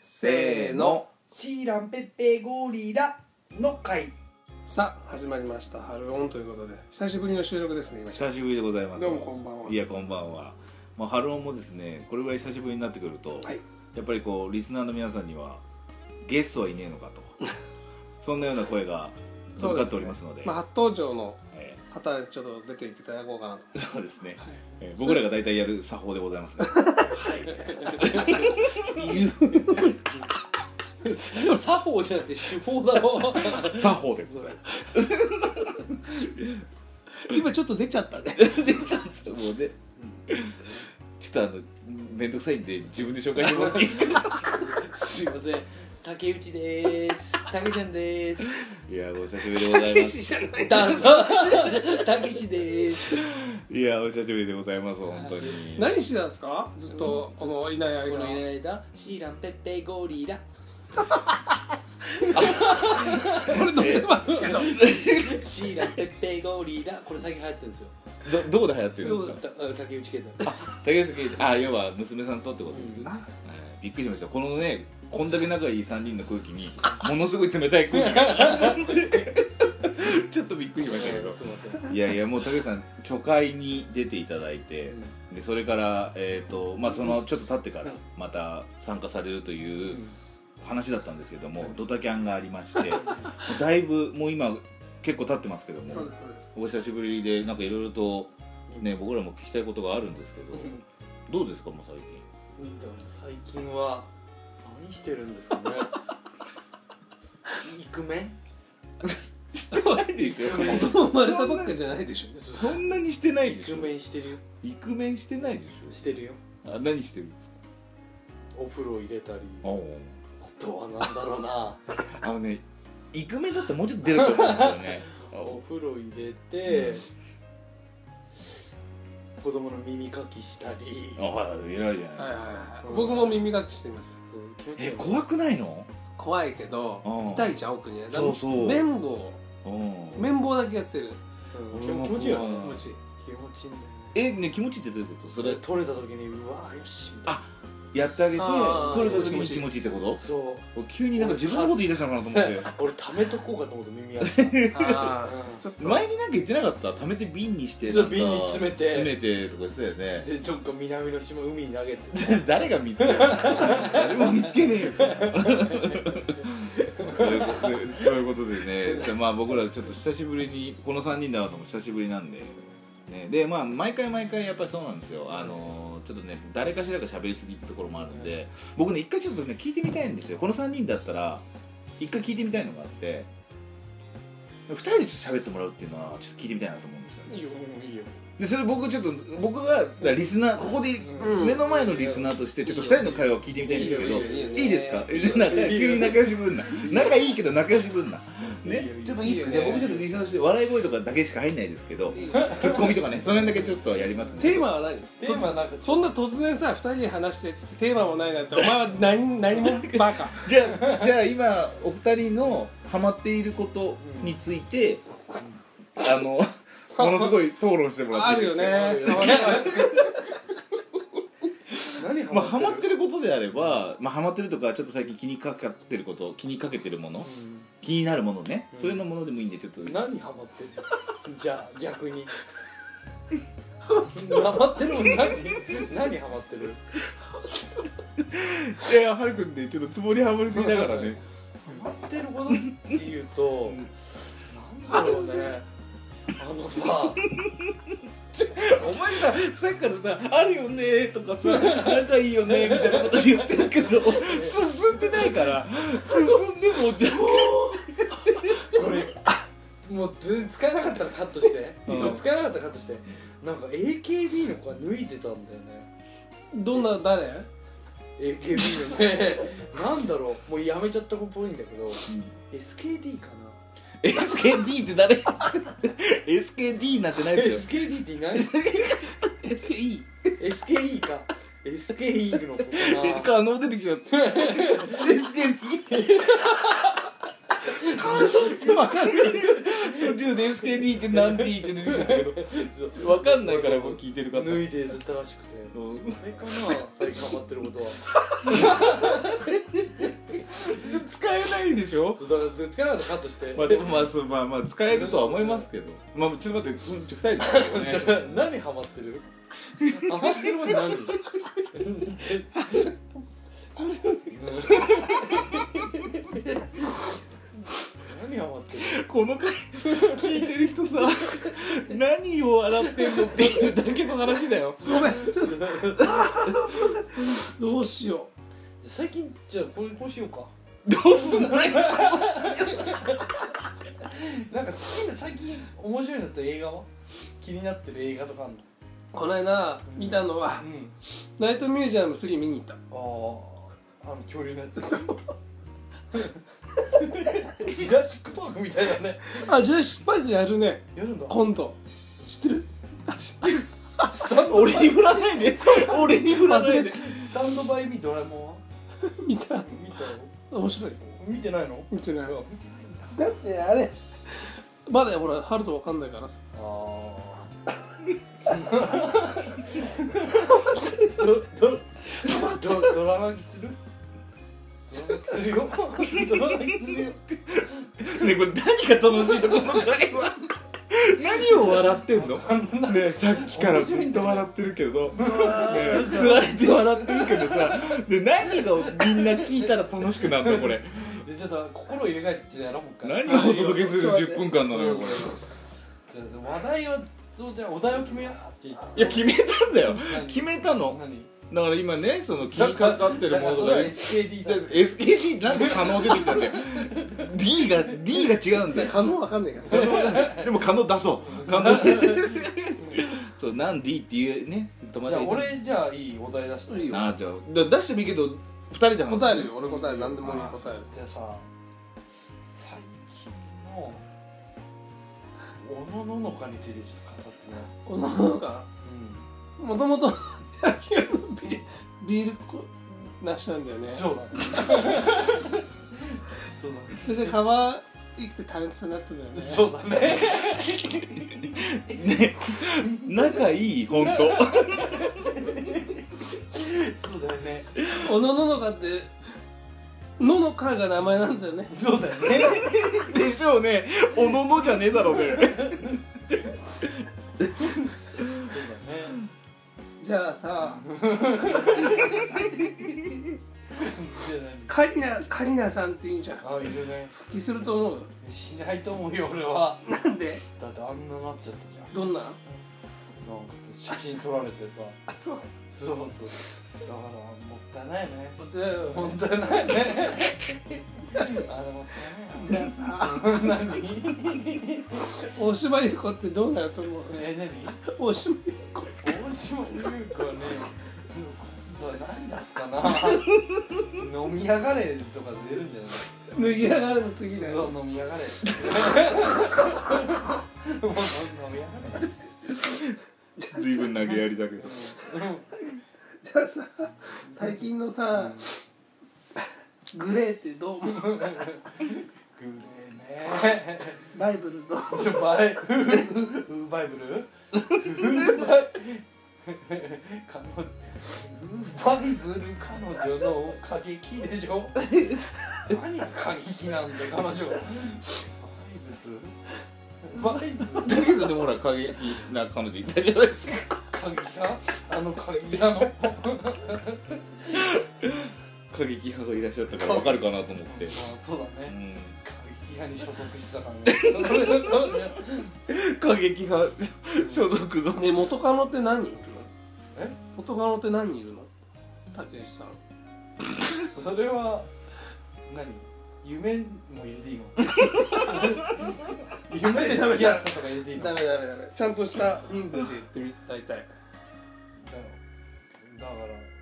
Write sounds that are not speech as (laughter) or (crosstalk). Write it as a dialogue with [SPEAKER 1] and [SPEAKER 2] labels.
[SPEAKER 1] せーの
[SPEAKER 2] シーランペッペゴリラの会
[SPEAKER 1] さあ始まりました「春オン」ということで久しぶりの収録ですね今
[SPEAKER 3] 久しぶりでございます
[SPEAKER 1] どうもこんばんはい
[SPEAKER 3] やこんばんはまあ春音もですねこれぐらい久しぶりになってくると、
[SPEAKER 1] はい
[SPEAKER 3] やっぱりこうリスナーの皆さんにはゲストはいねえの
[SPEAKER 1] (laughs)
[SPEAKER 3] かとそんなような声が
[SPEAKER 1] そ
[SPEAKER 3] 向
[SPEAKER 1] う
[SPEAKER 3] か
[SPEAKER 1] で
[SPEAKER 3] って
[SPEAKER 1] す
[SPEAKER 3] お
[SPEAKER 1] ね
[SPEAKER 3] りますので
[SPEAKER 1] まあ、初登場の
[SPEAKER 3] え
[SPEAKER 1] 方ちょっと出ていただこうかなと
[SPEAKER 3] ーそうですね、えー僕らが大体やる作法でございます
[SPEAKER 1] (laughs)
[SPEAKER 3] ね
[SPEAKER 4] でも作法じゃなくて手法だろ
[SPEAKER 1] (laughs)
[SPEAKER 3] 作法でございま
[SPEAKER 1] 今ちょっと出ちゃったね
[SPEAKER 3] すもうねちょっとあの面倒くさいんで自分で紹介してもらっていい
[SPEAKER 1] (laughs)
[SPEAKER 3] ですか
[SPEAKER 4] すいません竹内です竹ちゃんです
[SPEAKER 3] いやお久しぶりでございます
[SPEAKER 1] じゃない
[SPEAKER 4] ダンサー (laughs) 竹内です
[SPEAKER 3] いやお久しぶりでございます本当に
[SPEAKER 1] 何してたんですかずっとこのいない
[SPEAKER 4] こ
[SPEAKER 1] 間
[SPEAKER 4] のいないだシーランペッペゴリ
[SPEAKER 1] (laughs)
[SPEAKER 4] ラ
[SPEAKER 1] これ載せますけど
[SPEAKER 4] (laughs) シーランペッペゴリラこれ最近流行ってるんですよ
[SPEAKER 3] どどこで流行ってるんですか
[SPEAKER 4] たうん竹内健太
[SPEAKER 3] 竹崎あ要は娘さんとってことですよね、はいびっくりしましたこのねこんだけ仲いい3人の空気にものすごい冷たい空気が (laughs) ちょっとびっくりしましたけど
[SPEAKER 4] すいません
[SPEAKER 3] いやいやもう竹内さん初回に出ていただいて、でそれからえっ、とまあそのちょっと経ってからまた参加されるという話だったんですけども、ドタキャンがありま (laughs) してもうだいぶもう今結構経ってますけども
[SPEAKER 1] そうですそうです
[SPEAKER 3] お久しぶりでなんかいろいろとね僕らも聞きたいことがあるんですけど、どうですかもう最近
[SPEAKER 5] でも最近は何してるんです
[SPEAKER 4] (laughs)
[SPEAKER 5] かねイクメ
[SPEAKER 3] してないでしょ
[SPEAKER 1] 子供 (laughs) 生まれたばっかじゃないでしょ
[SPEAKER 3] そんなにしてない
[SPEAKER 5] ンイ
[SPEAKER 3] でし
[SPEAKER 5] ク
[SPEAKER 3] ょ
[SPEAKER 5] メンしてるよ
[SPEAKER 3] イクメンしてないでし
[SPEAKER 5] してるよ
[SPEAKER 3] ょあ何してるんですか
[SPEAKER 5] お風呂入れたりあ
[SPEAKER 3] お
[SPEAKER 5] とはなんだろうな
[SPEAKER 3] あのねイクメンだったらもうちょっと出ると思うんですよ (laughs) ね
[SPEAKER 5] お風呂入れて、子供の耳かきしたり
[SPEAKER 3] あはい偉いじゃ
[SPEAKER 1] は
[SPEAKER 3] ない
[SPEAKER 1] い
[SPEAKER 3] で
[SPEAKER 1] はい
[SPEAKER 3] すか、
[SPEAKER 1] はい僕も耳かきしてます
[SPEAKER 5] そう気持ちいい
[SPEAKER 3] え怖くないの
[SPEAKER 1] 怖いけど
[SPEAKER 3] うん
[SPEAKER 1] 痛いじゃん奥にね
[SPEAKER 3] そうそう
[SPEAKER 1] 綿棒
[SPEAKER 3] うん
[SPEAKER 1] 綿棒だけやってる
[SPEAKER 5] うん気持気持ちいいよ
[SPEAKER 3] 俺
[SPEAKER 5] ね
[SPEAKER 3] も
[SPEAKER 1] 気持ちいい
[SPEAKER 5] 気持ちいいんだよね
[SPEAKER 3] えね気持ちいいってどういうことそれ
[SPEAKER 5] 取れた時にうわよしみたいな
[SPEAKER 3] やってあげて
[SPEAKER 1] あー
[SPEAKER 3] 取れた時
[SPEAKER 1] 気持
[SPEAKER 3] に
[SPEAKER 1] ちいい
[SPEAKER 3] 気持ちいいってこと
[SPEAKER 5] そう
[SPEAKER 3] 俺急になんか自分のこと言い出したのかなと思って (laughs)
[SPEAKER 5] 俺溜めとこうかと思って耳やっ
[SPEAKER 1] あ
[SPEAKER 5] たう
[SPEAKER 1] あ
[SPEAKER 5] ん
[SPEAKER 1] ちょっと
[SPEAKER 3] 前になんか言ってなかった貯めて瓶にして
[SPEAKER 5] そう
[SPEAKER 3] なんか
[SPEAKER 5] 瓶に詰めて
[SPEAKER 3] 詰めてとか言ってたよね
[SPEAKER 5] でどっか南の島海に投げ
[SPEAKER 3] (laughs)
[SPEAKER 5] て
[SPEAKER 3] 誰が見つけるの誰も見つけねえよそんなそういうことでそういうことでねじゃあまあ僕らちょっと久しぶりにこの3人だとも久しぶりなんで、ね、でまあ毎回毎回やっぱりそうなんですよあのちょっとね誰かしらが喋りすぎってところもあるんで僕ね一回ちょっとね聞いてみたいんですよこの3人だったら一回聞いてみたいのがあって2人でちょっと喋ってもらうっていうのはちょっと聞いてみたいなと思うんですよね
[SPEAKER 5] いいよもういいよ
[SPEAKER 3] でそれ僕ちょっと僕がだからリスナーここで
[SPEAKER 1] ん
[SPEAKER 3] 目の前のリスナーとしてちょっと2人の会話を聞いてみたいんですけど
[SPEAKER 5] いいよいい
[SPEAKER 1] よ
[SPEAKER 3] いいですかえなんか急に仲良しぶんな仲いいけど仲良しぶんなねちょっといいですかじゃあ僕ちょっとリスナーとして笑い声とかだけしか入んないですけどツッコミとかねその辺だけちょっとやりますね
[SPEAKER 1] テーマは何
[SPEAKER 5] テーマなんか
[SPEAKER 1] そんな突然さ2人で話してっつってテーマもないなんてお前は (laughs) 何何もバカ
[SPEAKER 3] じゃあじゃあ今お二人のハマっていることについてあのものすごい討論してもら
[SPEAKER 1] あ
[SPEAKER 3] ってい
[SPEAKER 1] る
[SPEAKER 3] いで
[SPEAKER 1] よ
[SPEAKER 3] す
[SPEAKER 1] (laughs) ね
[SPEAKER 3] か
[SPEAKER 5] 何
[SPEAKER 3] まあ、ハマってることであれば、まあ、ハマってるとかちょっと最近気にかかってること気にかけてるもの、気になるものね、そういうのものでもいいんでちょっと
[SPEAKER 5] 何ハマってんのじゃあ逆に
[SPEAKER 4] ハマってるもん何
[SPEAKER 5] 何ハマってる
[SPEAKER 3] いやはるくんねちょっとつぼにはまりすぎだからね
[SPEAKER 5] ハマってることっていうとなんだろうねあのさ
[SPEAKER 3] お前ささっきからさ「あるよね」とかさ「仲いいよね」みたいなこと言ってるけど進んでないから進んでもちょっ
[SPEAKER 5] これもう全然使えなかったらカットして、
[SPEAKER 3] うん
[SPEAKER 5] 使えなかったらカットしてなんか AKB の子が脱いでたんだよね
[SPEAKER 1] どんな誰
[SPEAKER 5] AKB の子
[SPEAKER 4] え
[SPEAKER 5] なんだろうもうやめちゃった子っぽいんだけど
[SPEAKER 3] と
[SPEAKER 5] SKD かな
[SPEAKER 3] SKD って誰 SKD なんてないですよ
[SPEAKER 5] SKD っていない
[SPEAKER 1] SKE
[SPEAKER 5] SKE か SKE の子
[SPEAKER 3] え
[SPEAKER 5] かな
[SPEAKER 3] 可能出てきちゃった SKD わかんない途中で SKD ってなんて言って出てきちゃったけど
[SPEAKER 5] そう
[SPEAKER 3] わかんないからもう聞いてる方
[SPEAKER 5] 脱いでたらしくて
[SPEAKER 3] うん
[SPEAKER 5] それかな最近ハマってることは
[SPEAKER 3] 使えないでしょ
[SPEAKER 6] そうだからつけなかったらカットして
[SPEAKER 3] まあでもまあそうまあまあ使えるとは思いますけどまあちょっと待ってうんちょ二人ですよね
[SPEAKER 6] 何ハマってるハマってるもん何何ハマってる
[SPEAKER 3] この回聞いてる人 (laughs) さ何を笑ってんのっていうだけの話だよ
[SPEAKER 1] ごめんちょっとどうしよ
[SPEAKER 6] 最近じゃあこれこうしようか
[SPEAKER 3] どうすんの
[SPEAKER 5] なんか好きな最近面白いのって映画は気になってる映画とかあるの
[SPEAKER 1] うこの間見たのは
[SPEAKER 5] うん
[SPEAKER 1] 「ナイトミュージアム3」見に行った
[SPEAKER 5] あああの恐竜のやつジュラシック・パークみたいだね
[SPEAKER 1] あジュラシック・パークやるね
[SPEAKER 5] やるんだ
[SPEAKER 1] 今度知ってる
[SPEAKER 3] 俺に振らないで俺に振ら
[SPEAKER 1] 忘
[SPEAKER 3] ない
[SPEAKER 1] れ
[SPEAKER 3] で
[SPEAKER 1] て
[SPEAKER 5] スタンド・バイ・ミードラえもんは
[SPEAKER 1] 見た
[SPEAKER 5] 見たよ
[SPEAKER 1] 面白い
[SPEAKER 5] 見てないの
[SPEAKER 1] 見てない
[SPEAKER 5] いや見てないんだ
[SPEAKER 1] だってあれまだほらハルトわかんないからさ
[SPEAKER 5] あ
[SPEAKER 6] どど
[SPEAKER 5] あドドラ泣きする
[SPEAKER 6] するよ
[SPEAKER 5] ドラ泣きするよ
[SPEAKER 3] ねこれ何が楽しいのこの会話何を笑ってんのねさっきからずっと笑ってるけどねつられて笑ってるけどさで何がみんな聞いたら楽しくなるのこれ
[SPEAKER 5] でちょっと心を入れ替えてやろうもう一回
[SPEAKER 3] 何をお届けする10分間なのよこれ
[SPEAKER 5] ちょっと話題はそうじゃないお題を決めようって言って
[SPEAKER 3] いや決めたんだよ
[SPEAKER 5] 何
[SPEAKER 3] 決めたの
[SPEAKER 5] 何
[SPEAKER 3] だから今ねその気にかかってるものとか
[SPEAKER 5] だからそれは
[SPEAKER 3] (laughs)
[SPEAKER 5] SKD
[SPEAKER 3] SKD な
[SPEAKER 5] だ
[SPEAKER 3] んで可能出てきたんだよ D が D が違うんだよ
[SPEAKER 1] 可能わかんないから
[SPEAKER 3] でも可能出そう可能 (laughs) そうなん D っていうね友
[SPEAKER 5] じゃ
[SPEAKER 3] 達がいた
[SPEAKER 5] あ
[SPEAKER 3] の
[SPEAKER 5] 俺じゃあいいお題出して
[SPEAKER 1] いいよ
[SPEAKER 3] あじゃあだ出してもいいけど二人で話す
[SPEAKER 1] 答えるよ俺答える何でもいい答える
[SPEAKER 5] じゃあさ最近のおのののかについてちょっと語ってね
[SPEAKER 1] このなんか
[SPEAKER 5] う
[SPEAKER 1] もともと野球のビビールこなしなんだよね
[SPEAKER 5] んそうだねそうだね
[SPEAKER 1] それで川生きてタレントさんになったんだよ
[SPEAKER 3] (laughs)
[SPEAKER 1] ね
[SPEAKER 5] そうだね
[SPEAKER 3] ね仲いい本当
[SPEAKER 5] そうだよね
[SPEAKER 1] おのののかってののかが名前なんだよね
[SPEAKER 3] (laughs)
[SPEAKER 5] そうだよね
[SPEAKER 3] でしょうねおののじゃねえだろうね
[SPEAKER 5] そうだね
[SPEAKER 1] じゃあさ
[SPEAKER 5] じゃあ
[SPEAKER 1] カリナカリナさんっていいんじゃん
[SPEAKER 5] 何あいるね
[SPEAKER 1] 復帰すると思うよ
[SPEAKER 5] しないと思うよ俺は
[SPEAKER 1] なんで
[SPEAKER 5] だってあんななっちゃったじゃん
[SPEAKER 1] どんな
[SPEAKER 5] なんかさ写真撮られてさ
[SPEAKER 1] あそう
[SPEAKER 5] そうそうだからもったいないね
[SPEAKER 1] だよ
[SPEAKER 5] もったいないねあれもっ
[SPEAKER 1] じゃ
[SPEAKER 5] たいない
[SPEAKER 1] あさ
[SPEAKER 5] 何 (laughs)
[SPEAKER 1] 大島優子ってどうなると思う
[SPEAKER 5] え
[SPEAKER 1] 大島優子
[SPEAKER 5] 何大島優子ね今度は何出すかな飲みやがれとか出るんじゃな
[SPEAKER 1] 脱ぎ上がるの次だ
[SPEAKER 5] いそう
[SPEAKER 1] よ
[SPEAKER 5] 飲みや (laughs) がれもう飲みやがれっつって
[SPEAKER 3] 随分投げやりだけど
[SPEAKER 1] じゃあさ最近のさグレーってどう
[SPEAKER 5] (laughs)
[SPEAKER 1] 思う
[SPEAKER 5] グレーね
[SPEAKER 1] バイブルどう
[SPEAKER 5] ちょバイブルバイブルフーバイ彼女バイブル彼女の過激でしょ何が過激なんだよ彼女バイブスバイブル
[SPEAKER 3] だけどでもほら過激な彼女いたじゃないですか
[SPEAKER 5] 過激派あの過激派の
[SPEAKER 3] 過激派がいらっしゃったからわかるかなと思って
[SPEAKER 5] まあそうだ
[SPEAKER 3] う
[SPEAKER 5] ね
[SPEAKER 3] ん
[SPEAKER 5] 過激派に所属してたからね
[SPEAKER 3] 過激派所属の
[SPEAKER 1] ね元カノって何人いるの
[SPEAKER 5] え
[SPEAKER 1] 元カノって何人いるのたけしさん
[SPEAKER 5] それは何夢も入れ
[SPEAKER 1] (laughs)
[SPEAKER 5] ていいの夢で付き合ったとか入れていいの
[SPEAKER 1] ダメダメダメちゃんとした人数で言ってみて大体
[SPEAKER 5] だだから